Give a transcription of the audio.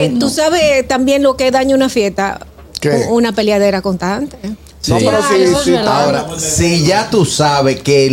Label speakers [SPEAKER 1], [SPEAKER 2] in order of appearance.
[SPEAKER 1] Eh, Tú sabes también lo que daña una fiesta.
[SPEAKER 2] ¿Qué?
[SPEAKER 1] U- Una peleadera constante.
[SPEAKER 2] No, pero
[SPEAKER 3] Sí.
[SPEAKER 2] si,
[SPEAKER 3] Eso es
[SPEAKER 2] si
[SPEAKER 3] verdad.
[SPEAKER 2] está-
[SPEAKER 4] Ahora, si ya tú sabes que